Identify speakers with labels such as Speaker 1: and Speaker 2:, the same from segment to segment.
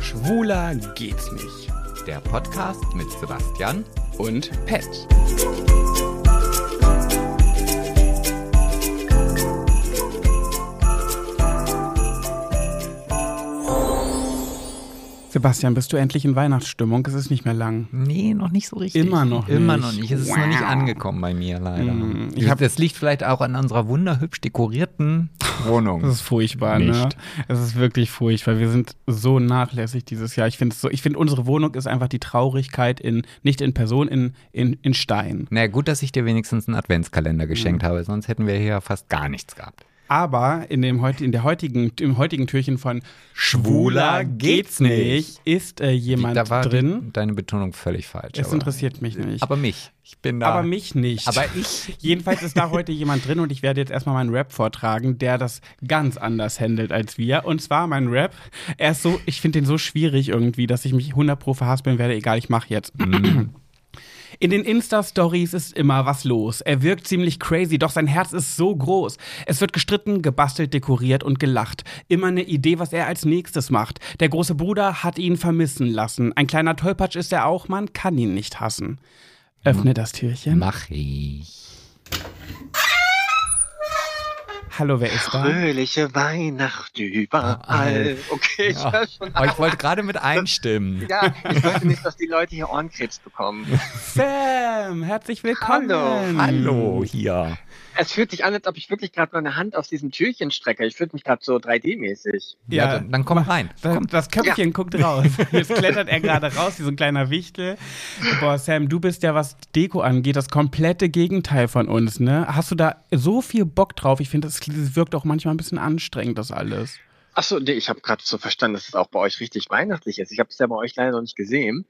Speaker 1: Schwuler geht's nicht.
Speaker 2: Der Podcast mit Sebastian.
Speaker 1: Und Pest. Sebastian, bist du endlich in Weihnachtsstimmung? Es ist nicht mehr lang.
Speaker 2: Nee, noch nicht so richtig.
Speaker 1: Immer noch
Speaker 2: Immer
Speaker 1: nicht.
Speaker 2: noch nicht. Es ist
Speaker 1: Wow.
Speaker 2: noch nicht angekommen bei mir, leider.
Speaker 1: Mm, ich
Speaker 2: ich
Speaker 1: hab-
Speaker 2: hab das liegt vielleicht auch an unserer wunderhübsch dekorierten
Speaker 1: Das
Speaker 2: Wohnung.
Speaker 1: ist furchtbar, ne?
Speaker 2: Nicht.
Speaker 1: Es ist wirklich furchtbar. Wir sind so nachlässig dieses Jahr. Ich finde so, ich finde, unsere Wohnung ist einfach die Traurigkeit in, nicht in Person, in, in, in Stein.
Speaker 2: Na gut, dass ich dir wenigstens einen Adventskalender geschenkt
Speaker 1: Mm.
Speaker 2: habe, sonst hätten wir hier fast gar nichts gehabt.
Speaker 1: Aber in dem heut, in der heutigen, im heutigen Türchen von
Speaker 2: Schwuler geht's nicht.
Speaker 1: ist äh, jemand
Speaker 2: da war die-
Speaker 1: drin.
Speaker 2: deine Betonung völlig falsch.
Speaker 1: Es
Speaker 2: aber-
Speaker 1: interessiert mich nicht.
Speaker 2: Aber mich. Ich bin da.
Speaker 1: Aber mich nicht.
Speaker 2: Aber ich.
Speaker 1: Jedenfalls ist da heute jemand drin und ich werde jetzt erstmal meinen Rap vortragen, der das ganz anders handelt als wir. Und zwar mein Rap, er ist so, ich finde den so schwierig irgendwie, dass ich mich 100 pro verhaspeln werde, egal, ich mache jetzt. In den Insta-Stories ist immer was los. Er wirkt ziemlich crazy, doch sein Herz ist so groß. Es wird gestritten, gebastelt, dekoriert und gelacht. Immer eine Idee, was er als nächstes macht. Der große Bruder hat ihn vermissen lassen. Ein kleiner Tollpatsch ist er auch, man kann ihn nicht hassen. Öffne das Türchen.
Speaker 2: Mach ich.
Speaker 1: Hallo, wer ist da?
Speaker 3: Fröhliche Weihnachten überall. Okay, ich höre schon.
Speaker 2: Aber Oh, ich wollte gerade mit einstimmen.
Speaker 3: Ja, ich wollte nicht, dass die Leute hier Ohrenkrebs bekommen.
Speaker 1: Sam, herzlich willkommen.
Speaker 3: Hallo.
Speaker 2: Hallo hier.
Speaker 3: Es fühlt sich an, als ob ich wirklich gerade meine Hand aus diesem Türchen strecke. Ich fühle mich gerade so 3D-mäßig.
Speaker 2: Ja,
Speaker 1: Ja.
Speaker 2: dann, dann komm rein.
Speaker 1: Da, das Köpfchen guckt raus. Jetzt klettert er gerade raus, wie so ein kleiner Wichtel. Boah, Sam, du bist ja, was Deko angeht, das komplette Gegenteil von uns, ne? Hast du da so viel Bock drauf? Ich finde, das wirkt auch manchmal ein bisschen anstrengend, das alles.
Speaker 3: Achso, nee, ich habe gerade so verstanden, dass es auch bei euch richtig weihnachtlich ist. Ich habe es ja bei euch leider noch nicht gesehen.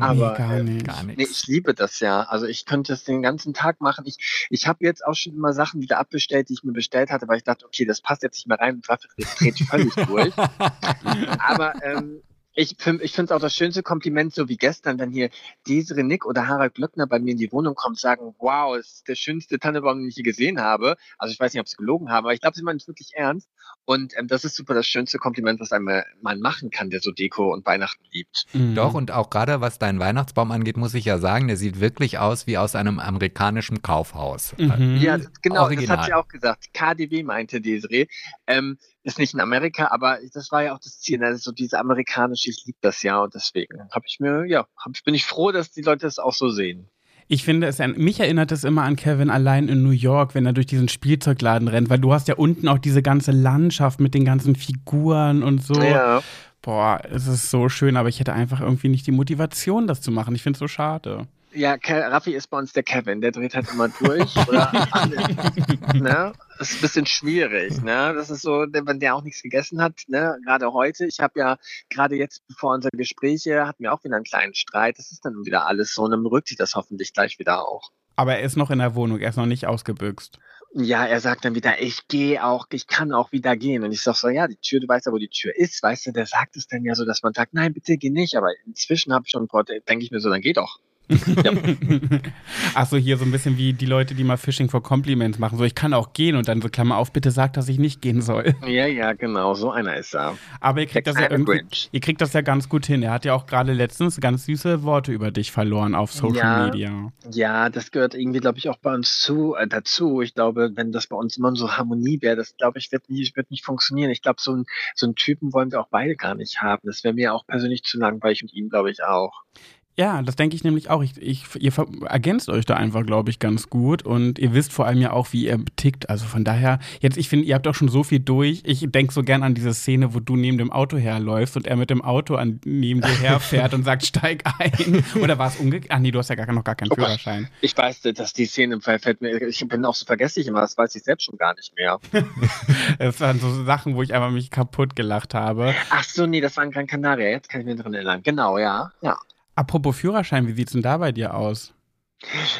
Speaker 3: Aber
Speaker 1: nee, gar
Speaker 3: äh,
Speaker 1: nicht.
Speaker 2: Gar
Speaker 3: Nee,
Speaker 2: nichts.
Speaker 3: ich liebe das ja. Also ich könnte es den ganzen Tag machen. Ich, ich habe jetzt auch schon immer Sachen wieder abbestellt, die ich mir bestellt hatte, weil ich dachte, okay, das passt jetzt nicht mehr rein und Drache dreht völlig durch. Aber ähm, ich, fin- ich finde es auch das schönste Kompliment, so wie gestern, wenn hier Desiree Nick oder Harald Glöckner bei mir in die Wohnung kommen und sagen, wow, es ist der schönste Tannenbaum, den ich je gesehen habe. Also ich weiß nicht, ob sie gelogen haben, aber ich glaube, sie meinen es wirklich ernst. Und ähm, das ist super das schönste Kompliment, was einem äh, man machen kann, der so Deko und Weihnachten liebt.
Speaker 1: Mhm.
Speaker 2: Doch, und auch gerade was deinen Weihnachtsbaum angeht, muss ich ja sagen, der sieht wirklich aus wie aus einem amerikanischen Kaufhaus. Äh,
Speaker 1: Mhm.
Speaker 3: Ja, das- genau, das
Speaker 2: original.
Speaker 3: hat sie auch gesagt. KDW meinte Desiree. Ähm, ist nicht in Amerika, aber das war ja auch das Ziel. Also so diese amerikanische, ich liebe das ja und deswegen habe ich mir, ja, hab, bin ich froh, dass die Leute das auch so sehen.
Speaker 1: Ich finde es, an, mich erinnert es immer an Kevin allein in New York, wenn er durch diesen Spielzeugladen rennt, weil du hast ja unten auch diese ganze Landschaft mit den ganzen Figuren und so.
Speaker 3: Ja.
Speaker 1: Boah, es ist so schön, aber ich hätte einfach irgendwie nicht die Motivation, das zu machen. Ich finde es so schade.
Speaker 3: Ja, Ke Raffi ist bei uns der Kevin, der dreht halt immer durch. oder alles, ne? Das ist ein bisschen schwierig, ne? Das ist so, wenn der auch nichts gegessen hat, ne? Gerade heute, ich habe ja gerade jetzt bevor unser Gespräch hier, hatten wir auch wieder einen kleinen Streit. Das ist dann wieder alles so und dann rückt sich das hoffentlich gleich wieder auch.
Speaker 1: Aber er ist noch in der Wohnung, er ist noch nicht ausgebüxt.
Speaker 3: Ja, er sagt dann wieder, ich gehe auch, ich kann auch wieder gehen. Und ich sag so, ja, die Tür, du weißt ja, wo die Tür ist, weißt du, der sagt es dann ja so, dass man sagt, nein, bitte geh nicht. Aber inzwischen habe ich schon, denke ich mir so, dann geh doch.
Speaker 1: Achso, hier so ein bisschen wie die Leute, die mal Fishing for Compliments machen. So, ich kann auch gehen und dann so Klammer auf, bitte sagt, dass ich nicht gehen soll.
Speaker 3: Ja, ja, genau, so einer ist er.
Speaker 1: Aber ihr kriegt
Speaker 3: Der
Speaker 1: das ja
Speaker 3: kleine
Speaker 1: irgendwie.
Speaker 3: Grinch.
Speaker 1: Ihr kriegt das ja ganz gut hin. Er hat ja auch gerade letztens ganz süße Worte über dich verloren auf Social
Speaker 3: Ja.
Speaker 1: Media.
Speaker 3: Ja, das gehört irgendwie, glaube ich, auch bei uns zu, äh, dazu. Ich glaube, wenn das bei uns immer so Harmonie wäre, das, glaube ich, wird nicht, wird nicht funktionieren. Ich glaube, so, ein, so einen Typen wollen wir auch beide gar nicht haben. Das wäre mir auch persönlich zu langweilig und ihm, glaube ich, auch.
Speaker 1: Ja, das denke ich nämlich auch. Ich, ich, ihr ver- ergänzt euch da einfach, glaube ich, ganz gut. Und ihr wisst vor allem ja auch, wie ihr tickt. Also von daher, jetzt, ich finde, ihr habt auch schon so viel durch. Ich denke so gern an diese Szene, wo du neben dem Auto herläufst und er mit dem Auto an, neben dir herfährt und sagt, steig ein. Oder war es umgekehrt? Ach nee, du hast ja gar, noch gar keinen
Speaker 3: Oh Gott.
Speaker 1: Führerschein.
Speaker 3: Ich weiß, dass die Szene im Fall fällt mir, ich bin auch so vergesslich immer, das weiß ich selbst schon gar nicht mehr.
Speaker 1: Das waren so Sachen, wo ich einfach mich kaputt gelacht habe.
Speaker 3: Ach so, nee, das war in Gran Canaria. Jetzt kann ich mich dran erinnern. Genau, ja. Ja,
Speaker 1: Apropos Führerschein, wie sieht's denn da bei dir aus?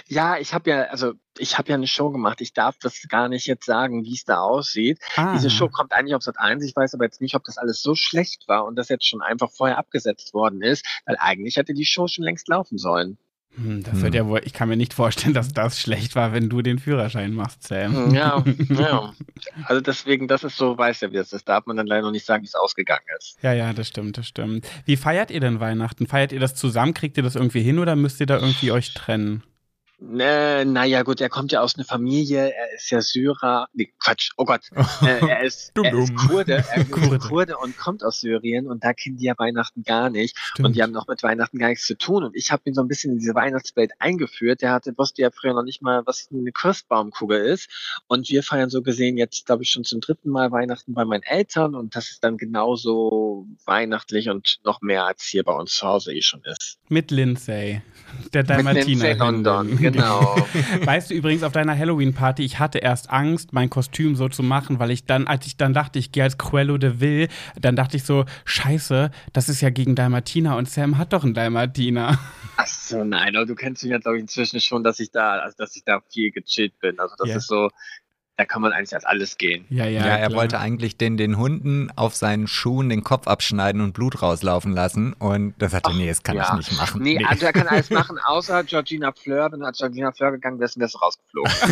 Speaker 3: ja ich habe ja, also ich habe ja eine Show gemacht. Ich darf das gar nicht jetzt sagen, wie es da aussieht.
Speaker 1: Ah,
Speaker 3: Diese Show kommt eigentlich auf Sat 1. Ich weiß aber jetzt nicht, ob das alles so schlecht war und das jetzt schon einfach vorher abgesetzt worden ist, weil eigentlich hätte die Show schon längst laufen sollen.
Speaker 1: Hm, das wird ja wohl, ich kann mir nicht vorstellen, dass das schlecht war, wenn du den Führerschein machst, Sam.
Speaker 3: Hm, Ja, ja. Also deswegen, das ist so, weiß ja, wie das ist. Da darf man dann leider noch nicht sagen, wie es ausgegangen ist.
Speaker 1: Ja, ja, das stimmt, das stimmt. Wie feiert ihr denn Weihnachten? Feiert ihr das zusammen? Kriegt ihr das irgendwie hin oder müsst ihr da irgendwie euch trennen?
Speaker 3: Ne, naja, gut, er kommt ja aus einer Familie, er ist ja Syrer. Nee, Quatsch, oh Gott. Äh, er ist,
Speaker 2: Dum
Speaker 3: er ist
Speaker 2: dum.
Speaker 3: Kurde, er ist
Speaker 1: Kurde.
Speaker 3: Kurde. und kommt aus Syrien und da kennen die ja Weihnachten gar nicht. Und die haben noch mit Weihnachten gar nichts zu tun. Und ich habe ihn so ein bisschen in diese Weihnachtswelt eingeführt. Der hatte, wusste ja früher noch nicht mal, was eine Christbaumkugel ist. Und wir feiern so gesehen jetzt, glaube ich, schon zum dritten Mal Weihnachten bei meinen Eltern. Und das ist dann genauso weihnachtlich und noch mehr als hier bei uns zu Hause eh schon ist.
Speaker 1: Mit Lindsay, der Dalmatiner.
Speaker 3: Lindsay London, genau.
Speaker 1: Weißt du übrigens auf deiner Halloween-Party, ich hatte erst Angst, mein Kostüm so zu machen, weil ich dann, als ich dann dachte, ich gehe als Cruello de Vil, dann dachte ich so, scheiße, das ist ja gegen Dalmatiner und Sam hat doch einen Dalmatiner.
Speaker 3: Ach so, nein, aber du kennst mich ja, glaube ich, inzwischen schon, dass ich da, also, dass ich da viel gechillt bin. Also, das
Speaker 1: Ja.
Speaker 3: ist so, da kann man eigentlich als alles gehen.
Speaker 1: Ja, ja.
Speaker 2: Ja, er
Speaker 1: klar.
Speaker 2: wollte eigentlich den, den Hunden auf seinen Schuhen den Kopf abschneiden und Blut rauslaufen lassen. Und das hat er, nee, das kann
Speaker 3: ja.
Speaker 2: ich nicht machen.
Speaker 3: Nee, also er kann alles machen, außer Georgina Fleur. Wenn du als Georgina Fleur gegangen wärst, wärst du rausgeflogen.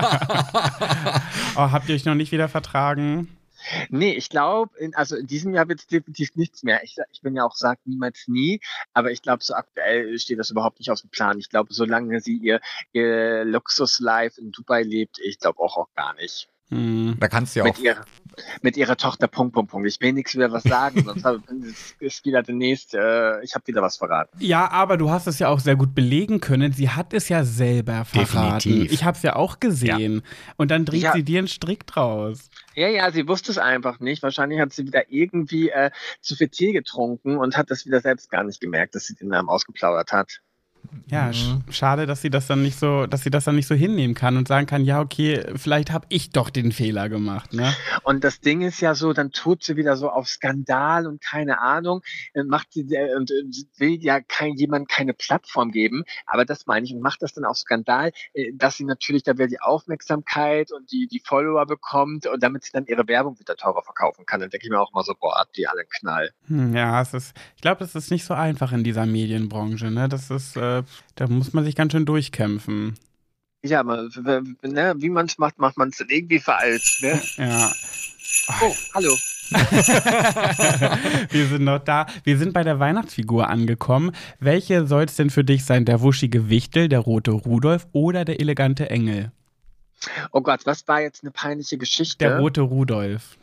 Speaker 3: also-
Speaker 1: Oh, habt ihr euch noch nicht wieder vertragen?
Speaker 3: nee, ich glaube, in- also in diesem Jahr wird es definitiv nichts mehr. Ich, ich bin ja auch, sagt niemals nie, aber ich glaube, so aktuell steht das überhaupt nicht auf dem Plan. Ich glaube, solange sie ihr, ihr Luxus-Life in Dubai lebt, ich glaube auch, auch gar nicht.
Speaker 1: Hm.
Speaker 2: da kannst du ja auch
Speaker 3: Mit, ihrer, mit ihrer Tochter Punkt, Punkt, Punkt. Ich will nichts wieder was sagen, sonst hab- ist wieder demnächst, äh, ich habe wieder was verraten.
Speaker 1: Ja, aber du hast es ja auch sehr gut belegen können. Sie hat es ja selber verraten.
Speaker 2: Definitiv.
Speaker 1: Ich habe es ja auch gesehen. Und dann dreht
Speaker 3: Ja.
Speaker 1: sie dir einen Strick draus.
Speaker 3: Ja, ja, sie wusste es einfach nicht. Wahrscheinlich hat sie wieder irgendwie äh, zu viel Tee getrunken und hat das wieder selbst gar nicht gemerkt, dass sie den Namen ausgeplaudert hat.
Speaker 1: Ja,
Speaker 2: Mhm.
Speaker 1: sch schade, dass sie das dann nicht so, dass sie das dann nicht so hinnehmen kann und sagen kann, ja, okay, vielleicht habe ich doch den Fehler gemacht, ne?
Speaker 3: Und das Ding ist ja so, dann tut sie wieder so auf Skandal und keine Ahnung, äh, macht sie äh, und äh, will ja kein, jemand keine Plattform geben, aber das meine ich und macht das dann auf Skandal, äh, dass sie natürlich da wieder die Aufmerksamkeit und die, die Follower bekommt und damit sie dann ihre Werbung wieder teurer verkaufen kann. Dann denke ich mir auch immer so, boah, habt ihr alle einen Knall.
Speaker 1: Hm, ja, es ist, ich glaube, das ist nicht so einfach in dieser Medienbranche, ne? Das ist, äh, da muss man sich ganz schön durchkämpfen.
Speaker 3: Ja, man, w- w- ne, wie man es macht, macht man es irgendwie falsch. Ne?
Speaker 1: Ja.
Speaker 3: Oh, hallo.
Speaker 1: Wir sind noch da. Wir sind bei der Weihnachtsfigur angekommen. Welche soll es denn für dich sein? Der wuschige Wichtel, der rote Rudolf oder der elegante Engel?
Speaker 3: Oh Gott, was war jetzt eine peinliche Geschichte?
Speaker 1: Der rote Rudolf.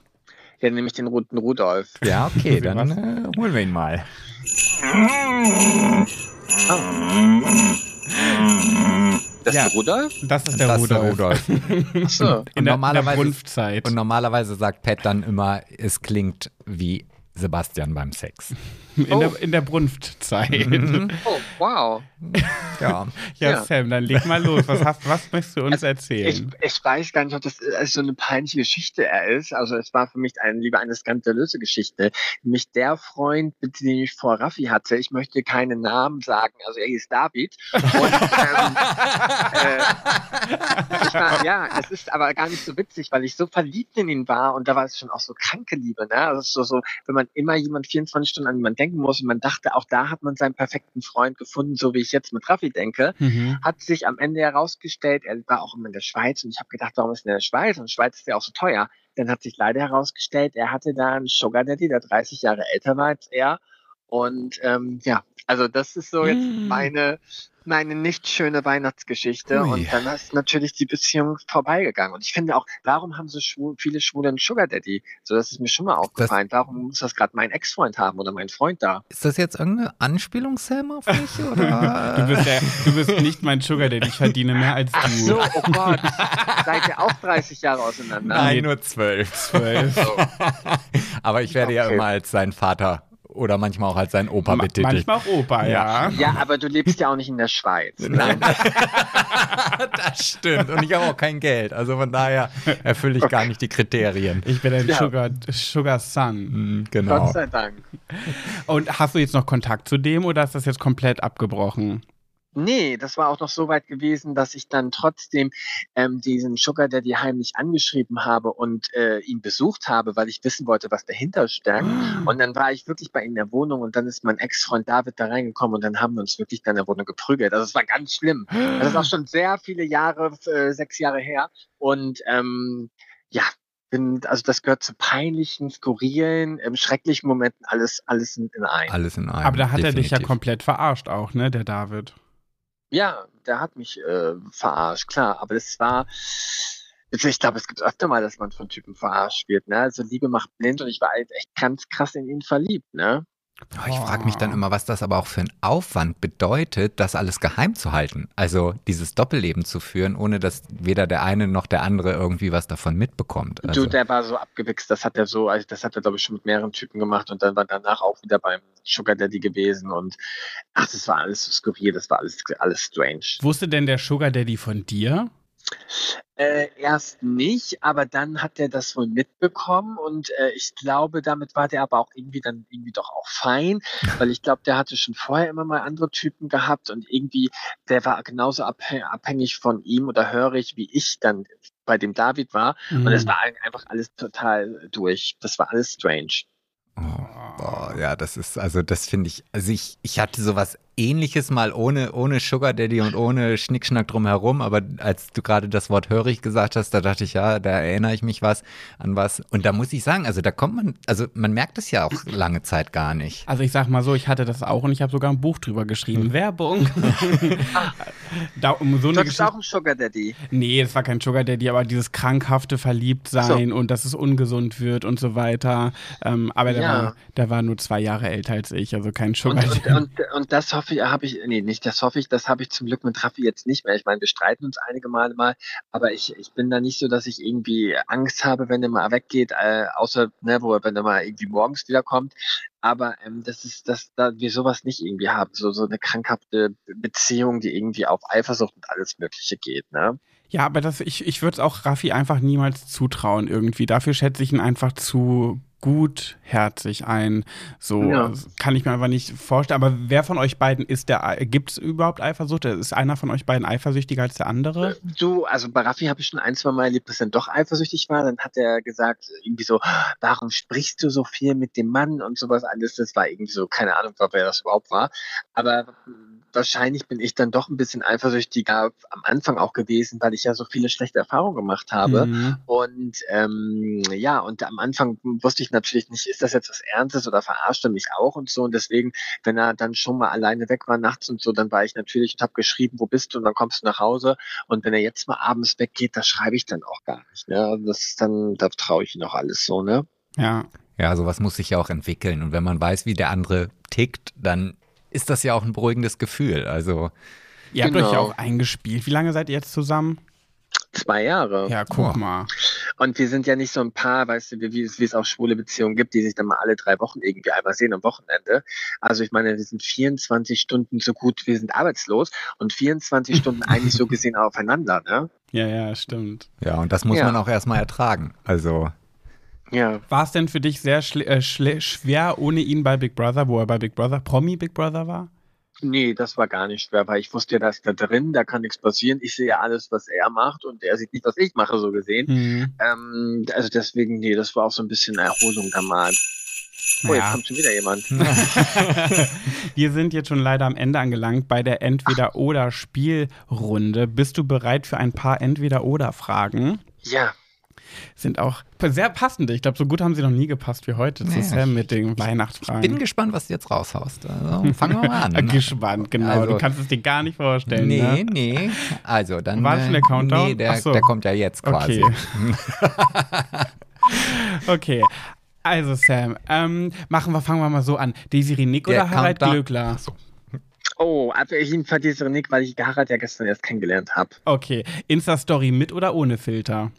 Speaker 3: ja, nämlich den roten Rudolf.
Speaker 2: Ja, okay, dann
Speaker 1: Was?
Speaker 2: äh, holen wir ihn mal.
Speaker 3: Das
Speaker 1: Ja.
Speaker 3: ist der Rudolf?
Speaker 1: Das ist der
Speaker 2: das ist der
Speaker 1: Rudolf.
Speaker 2: Rudolf.
Speaker 3: Ach so.
Speaker 1: In der, in der
Speaker 2: Normalerweise-
Speaker 1: Brunftzeit.
Speaker 2: Und normalerweise sagt Pat dann immer, es klingt wie Sebastian beim Sex.
Speaker 1: In,
Speaker 3: Oh.
Speaker 1: der, in der Brunftzeit.
Speaker 3: Oh, wow.
Speaker 2: Mhm. Ja.
Speaker 1: Ja,
Speaker 3: Ja.
Speaker 1: Sam, dann leg mal los. Was, hast, was möchtest du uns
Speaker 3: Ich,
Speaker 1: erzählen?
Speaker 3: ich weiß gar nicht, ob das äh, so eine peinliche Geschichte er ist. Also es war für mich ein, lieber eine skandalöse Geschichte. Mich der Freund, mit dem ich vor Raffi hatte, ich möchte keinen Namen sagen, also er hieß David. Und, ähm,
Speaker 1: Ähm,
Speaker 3: äh, ich war, ja, es ist aber gar nicht so witzig, weil ich so verliebt in ihn war und da war es schon auch so kranke Liebe. Ne? Also es ist so, so, wenn man immer jemand 24 Stunden an jemanden denken muss und man dachte, auch da hat man seinen perfekten Freund gefunden, so wie ich jetzt mit Raffi denke
Speaker 1: Mhm.
Speaker 3: hat sich am Ende herausgestellt, er war auch immer in der Schweiz und ich habe gedacht, warum ist er in der Schweiz? Und Schweiz ist ja auch so teuer. Dann hat sich leider herausgestellt, er hatte da einen Sugar Daddy, der 30 Jahre älter war als er. Und ähm, ja, also das ist so jetzt
Speaker 1: Mm.
Speaker 3: meine, meine nicht schöne Weihnachtsgeschichte.
Speaker 2: Ui.
Speaker 3: Und dann ist natürlich die Beziehung vorbeigegangen. Und ich finde auch, warum haben so schwul, viele Schwule einen Sugar Daddy? So, das ist mir schon mal aufgefallen. warum muss das gerade mein Ex-Freund haben oder mein Freund da?
Speaker 2: Ist das jetzt irgendeine Anspielung, Sam, auf mich? Oder?
Speaker 1: Du, bist der, du bist nicht mein Sugar Daddy. Ich verdiene mehr als du.
Speaker 3: Ach so, oh Gott, seid ihr auch 30 Jahre auseinander?
Speaker 2: Nein, nur zwölf.
Speaker 1: Zwölf.
Speaker 2: Aber ich werde ja
Speaker 3: Okay.
Speaker 2: immer als sein Vater oder manchmal auch als sein Opa
Speaker 1: Ma-
Speaker 2: betitelt.
Speaker 1: Manchmal auch Opa, ja.
Speaker 3: Ja, aber du lebst ja auch nicht in der Schweiz. ne?
Speaker 2: Nein. das stimmt. Und ich habe auch kein Geld. Also von daher erfülle ich gar nicht die Kriterien.
Speaker 1: Ich bin ein
Speaker 3: Ja.
Speaker 1: Sugar, Sugar Sun.
Speaker 2: Mm,
Speaker 3: Gott
Speaker 2: Genau.
Speaker 3: sei Dank.
Speaker 1: Und hast du jetzt noch Kontakt zu dem oder ist das jetzt komplett abgebrochen?
Speaker 3: Nee, das war auch noch so weit gewesen, dass ich dann trotzdem ähm, diesen Sugar Daddy heimlich angeschrieben habe und äh, ihn besucht habe, weil ich wissen wollte, was dahinter steckt. Und dann war ich wirklich bei ihm in der Wohnung und dann ist mein Ex-Freund David da reingekommen und dann haben wir uns wirklich da in der Wohnung geprügelt. Also es war ganz schlimm. Das ist auch schon sehr viele Jahre, äh, sechs Jahre her. Und ähm, ja, bin, also das gehört zu peinlichen, skurrilen, ähm, schrecklichen Momenten, alles, alles in, in einem.
Speaker 2: Alles in einem.
Speaker 1: Aber da hat er dich ja
Speaker 2: definitiv.
Speaker 1: komplett verarscht auch, ne, der David.
Speaker 3: Ja, der hat mich äh, verarscht, klar. Aber das war, also ich glaube, es gibt öfter mal, dass man von Typen verarscht wird. Ne? Also Liebe macht blind und ich war halt echt ganz krass in ihn verliebt. Ne?
Speaker 2: Oh, Ich frage mich dann immer, was das aber auch für einen Aufwand bedeutet, das alles geheim zu halten. Also dieses Doppelleben zu führen, ohne dass weder der eine noch der andere irgendwie was davon mitbekommt. Also,
Speaker 3: Du, der war so abgewichst, das hat er so, also das hat er glaube ich schon mit mehreren Typen gemacht und dann war danach auch wieder beim Sugar Daddy gewesen und ach, das war alles so skurril, das war alles, alles strange.
Speaker 1: Wusste denn der Sugar Daddy von dir?
Speaker 3: Äh, erst nicht, aber dann hat er das wohl mitbekommen und äh, ich glaube, damit war der aber auch irgendwie dann irgendwie doch auch fein, weil ich glaube, der hatte schon vorher immer mal andere Typen gehabt und irgendwie, der war genauso abhäng- abhängig von ihm oder hörig, wie ich dann bei dem David war. Und
Speaker 1: Mhm.
Speaker 3: es war ein- einfach alles total durch. Das war alles strange.
Speaker 2: oh, boah,
Speaker 1: Hm.
Speaker 2: ja, das ist, also das finde ich, also ich, ich hatte sowas ähnliches mal ohne, ohne Sugar Daddy und ohne Schnickschnack drumherum, aber als du gerade das Wort hörig gesagt hast, da dachte ich, ja, da erinnere ich mich was an was. Und da muss ich sagen, also da kommt man, also man merkt es ja auch lange Zeit gar nicht.
Speaker 1: Also ich sag mal so, ich hatte das auch und ich habe sogar ein Buch drüber geschrieben. Werbung. da, um so
Speaker 3: Du
Speaker 1: eine
Speaker 3: hattest
Speaker 1: Geschichte.
Speaker 3: auch einen Sugar Daddy.
Speaker 1: Nee, es war kein Sugar Daddy, aber dieses krankhafte Verliebtsein und dass es ungesund wird und so weiter. Ähm, aber der,
Speaker 3: Ja.
Speaker 1: war, der war nur zwei Jahre älter als ich, also kein Sugar
Speaker 3: Und, und,
Speaker 1: Daddy.
Speaker 3: und, und das hoffe ich, habe ich, nee, nicht das hoffe ich, das habe ich zum Glück mit Raffi jetzt nicht mehr. Ich meine, wir streiten uns einige Male mal, aber ich, ich bin da nicht so, dass ich irgendwie Angst habe, wenn der mal weggeht, äh, außer, ne, wo er, wenn er mal irgendwie morgens wiederkommt. Aber ähm, das ist, dass da wir sowas nicht irgendwie haben, so, so eine krankhafte Beziehung, die irgendwie auf Eifersucht und alles Mögliche geht, ne?
Speaker 1: Ja, aber das, ich, ich würde es auch Raffi einfach niemals zutrauen irgendwie. Dafür schätze ich ihn einfach zu gutherzig ein. So
Speaker 3: Ja.
Speaker 1: das kann ich mir einfach nicht vorstellen. Aber wer von euch beiden ist der? Gibt es überhaupt Eifersucht? Ist einer von euch beiden eifersüchtiger als der andere?
Speaker 3: Du, also bei Raffi habe ich schon ein, zwei Mal erlebt, dass er doch eifersüchtig war. Dann hat er gesagt, irgendwie so, warum sprichst du so viel mit dem Mann und sowas alles. Das war irgendwie so, keine Ahnung, wer das überhaupt war. Aber mh, wahrscheinlich bin ich dann doch ein bisschen eifersüchtiger am Anfang auch gewesen, weil ich ja so viele schlechte Erfahrungen gemacht habe.
Speaker 1: Mhm.
Speaker 3: Und ähm, ja, und am Anfang wusste ich natürlich nicht, ist das jetzt was Ernstes oder verarscht er mich auch und so. Und deswegen, wenn er dann schon mal alleine weg war nachts und so, dann war ich natürlich und habe geschrieben, wo bist du? Und dann kommst du nach Hause. Und wenn er jetzt mal abends weggeht, das schreibe ich dann auch gar nicht. Ne? Und Das ist dann, da traue ich ihn auch alles so, ne?
Speaker 1: Ja.
Speaker 2: Ja, sowas muss sich ja auch entwickeln. Und wenn man weiß, wie der andere tickt, dann ist das ja auch ein beruhigendes Gefühl. Also,
Speaker 1: Ihr habt euch ja
Speaker 3: Genau.
Speaker 1: auch eingespielt. Wie lange seid ihr jetzt zusammen?
Speaker 3: Zwei Jahre.
Speaker 1: Ja, guck
Speaker 2: Oh.
Speaker 1: mal.
Speaker 3: Und wir sind ja nicht so ein Paar, weißt du, wie, wie, es, wie es auch schwule Beziehungen gibt, die sich dann mal alle drei Wochen irgendwie einmal sehen am Wochenende. Also ich meine, wir sind 24 Stunden so gut, wir sind arbeitslos und 24 Stunden eigentlich so gesehen aufeinander, ne?
Speaker 1: Ja, ja, stimmt.
Speaker 2: ja, und das muss
Speaker 3: Ja.
Speaker 2: man auch erstmal ertragen. Also,
Speaker 3: Ja.
Speaker 1: War es denn für dich sehr schle- äh, schle- schwer ohne ihn bei Big Brother, wo er bei Big Brother Promi Big Brother war?
Speaker 3: Nee, das war gar nicht schwer, weil ich wusste ja, dass da drin, da kann nichts passieren. Ich sehe ja alles, was er macht und er sieht nicht, was ich mache, so gesehen. Ähm, also deswegen, nee, das war auch so ein bisschen Erholung da mal. Oh, jetzt
Speaker 1: Ja.
Speaker 3: kommt schon wieder jemand.
Speaker 1: Wir sind jetzt schon leider am Ende angelangt bei der Entweder-Oder-Spielrunde. Bist du bereit für ein paar Entweder-Oder-Fragen?
Speaker 3: Ja,
Speaker 1: Sind auch sehr passende. Ich glaube, so gut haben sie noch nie gepasst wie heute zu
Speaker 2: Ja,
Speaker 1: Sam mit den
Speaker 2: bin
Speaker 1: Weihnachtsfragen.
Speaker 2: gespannt, was du jetzt raushaust. Also, fangen wir mal
Speaker 1: Äh,
Speaker 2: an.
Speaker 1: gespannt, genau.
Speaker 2: Also-
Speaker 1: du kannst es dir gar nicht vorstellen.
Speaker 2: Nee,
Speaker 1: Ne?
Speaker 2: nee. Also, dann.
Speaker 1: War
Speaker 2: äh,
Speaker 1: schon der Countdown?
Speaker 2: Nee, der,
Speaker 1: Ach so.
Speaker 2: der kommt ja jetzt quasi.
Speaker 1: Okay. Okay. Also Sam, ähm, machen wir, fangen wir mal so an. Desiree Nick
Speaker 2: Der
Speaker 1: oder Harald
Speaker 2: Countdown-
Speaker 1: Glöckler?
Speaker 3: oh, aber ich jedenfalls diese Nick, weil ich Gerhard ja gestern erst kennengelernt habe.
Speaker 1: Okay. Insta-Story mit oder ohne Filter?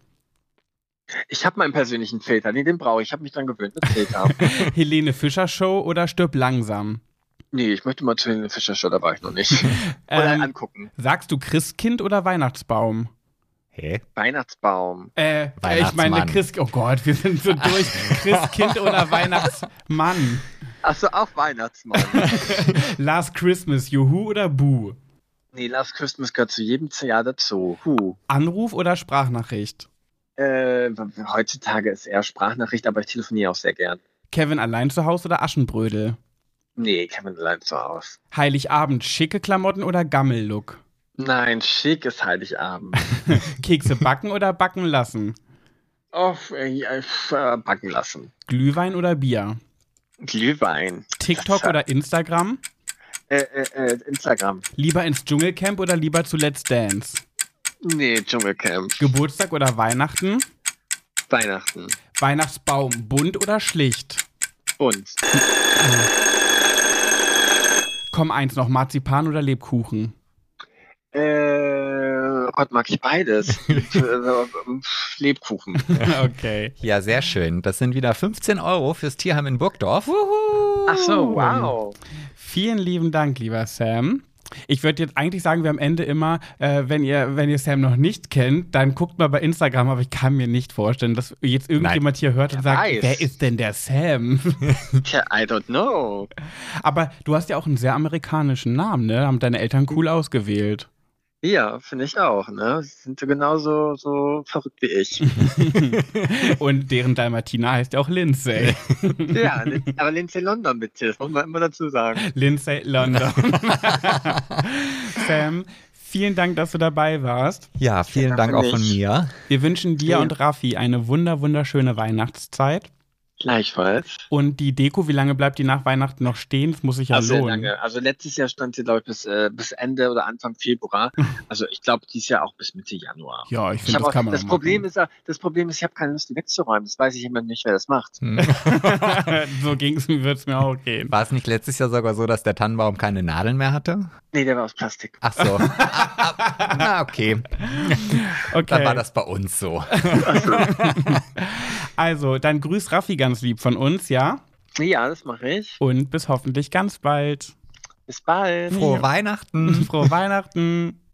Speaker 3: Ich habe meinen persönlichen Filter. Nee, den brauche ich. Ich habe mich dran gewöhnt mit Filter.
Speaker 1: Helene Fischer Show oder stirb langsam?
Speaker 3: nee, ich möchte mal zu den Fischer Show, da war ich noch nicht. Oder
Speaker 1: Ähm,
Speaker 3: angucken.
Speaker 1: sagst du Christkind oder Weihnachtsbaum?
Speaker 2: Hä?
Speaker 3: Weihnachtsbaum.
Speaker 1: Äh, äh, ich meine
Speaker 2: Weihnachtsmann.
Speaker 1: Christ. Oh Gott, wir sind so durch. Christkind oder Weihnachtsmann?
Speaker 3: Achso, auf Weihnachtsmann.
Speaker 1: Last Christmas, Juhu oder Boo?
Speaker 3: Nee, Last Christmas gehört zu jedem Jahr dazu. Huh.
Speaker 1: Anruf oder Sprachnachricht?
Speaker 3: Äh, heutzutage ist eher Sprachnachricht, aber ich telefoniere auch sehr gern.
Speaker 1: Kevin allein zu Hause oder Aschenbrödel?
Speaker 3: Nee, Kevin allein zu Hause.
Speaker 1: Heiligabend, schicke Klamotten oder Gammellook?
Speaker 3: Nein, schick ist Heiligabend.
Speaker 1: Kekse backen oder backen lassen?
Speaker 3: Auf, äh, äh, backen lassen.
Speaker 1: Glühwein oder Bier?
Speaker 3: Glühwein.
Speaker 1: TikTok
Speaker 3: Das-
Speaker 1: oder Instagram?
Speaker 3: Äh, äh, äh, Instagram.
Speaker 1: Lieber ins Dschungelcamp oder lieber zu Let's Dance?
Speaker 3: Nee, Dschungelcamp.
Speaker 1: Geburtstag oder Weihnachten?
Speaker 3: Weihnachten.
Speaker 1: Weihnachtsbaum, bunt oder schlicht?
Speaker 3: Und
Speaker 1: Komm eins noch, Marzipan oder Lebkuchen?
Speaker 3: äh, oh Gott, mag ich beides. Äh, äh, Lebkuchen.
Speaker 1: Okay.
Speaker 2: Ja, sehr schön. Das sind wieder 15 Euro fürs Tierheim in Burgdorf.
Speaker 3: Ach
Speaker 1: Oh.
Speaker 3: so, wow.
Speaker 1: Vielen lieben Dank, lieber Sam. Ich würde jetzt eigentlich sagen, wir am Ende immer, äh, wenn, ihr, wenn ihr Sam noch nicht kennt, dann guckt mal bei Instagram, aber ich kann mir nicht vorstellen, dass jetzt irgendjemand hier hört und
Speaker 3: Wer
Speaker 1: sagt,
Speaker 3: weiß.
Speaker 1: wer ist denn der Sam?
Speaker 3: Tja, I don't know.
Speaker 1: aber du hast ja auch einen sehr amerikanischen Namen, ne? Haben deine Eltern cool ausgewählt.
Speaker 3: Ja, finde ich auch, ne? Sie Sind so genauso so verrückt wie ich.
Speaker 1: und deren Dalmatiner heißt ja auch Lindsay.
Speaker 3: ja, aber Lindsay London bitte, das muss man immer dazu sagen.
Speaker 1: Lindsay London. Sam, vielen Dank, dass du dabei warst.
Speaker 2: Ja, vielen Dank auch von mir.
Speaker 1: Wir wünschen dir
Speaker 3: Ja.
Speaker 1: und Raffi eine wunder, wunderschöne Weihnachtszeit.
Speaker 3: Gleichfalls.
Speaker 1: Und die Deko, wie lange bleibt die nach Weihnachten noch stehen? Das muss sich ja
Speaker 3: also sehr
Speaker 1: lohnen.
Speaker 3: lange. Also letztes Jahr stand sie, glaube ich, bis, äh, bis Ende oder Anfang Februar. Also ich glaube, dieses Jahr auch bis Mitte Januar.
Speaker 1: Ja, ich
Speaker 3: Ich
Speaker 1: finde,
Speaker 3: hab
Speaker 1: das
Speaker 3: auch,
Speaker 1: kann man
Speaker 3: das,
Speaker 1: noch
Speaker 3: Problem
Speaker 1: machen.
Speaker 3: ist, ja- das Problem ist, ich habe keine Lust, die wegzuräumen. Das weiß ich immer nicht, wer das macht.
Speaker 1: so ging es mir, würde es mir auch gehen.
Speaker 2: Hm. War es nicht letztes Jahr sogar so, dass der Tannenbaum keine Nadeln mehr hatte?
Speaker 3: Nee, der war aus Plastik.
Speaker 2: Ach so. Ah, Na, okay.
Speaker 1: Okay,
Speaker 2: Dann war das bei uns so.
Speaker 1: also dann grüß Raffi ganz lieb von uns, ja?
Speaker 3: Ja, das mache ich.
Speaker 1: Und bis hoffentlich ganz bald.
Speaker 3: Bis bald.
Speaker 2: Frohe Weihnachten.
Speaker 1: Frohe Weihnachten.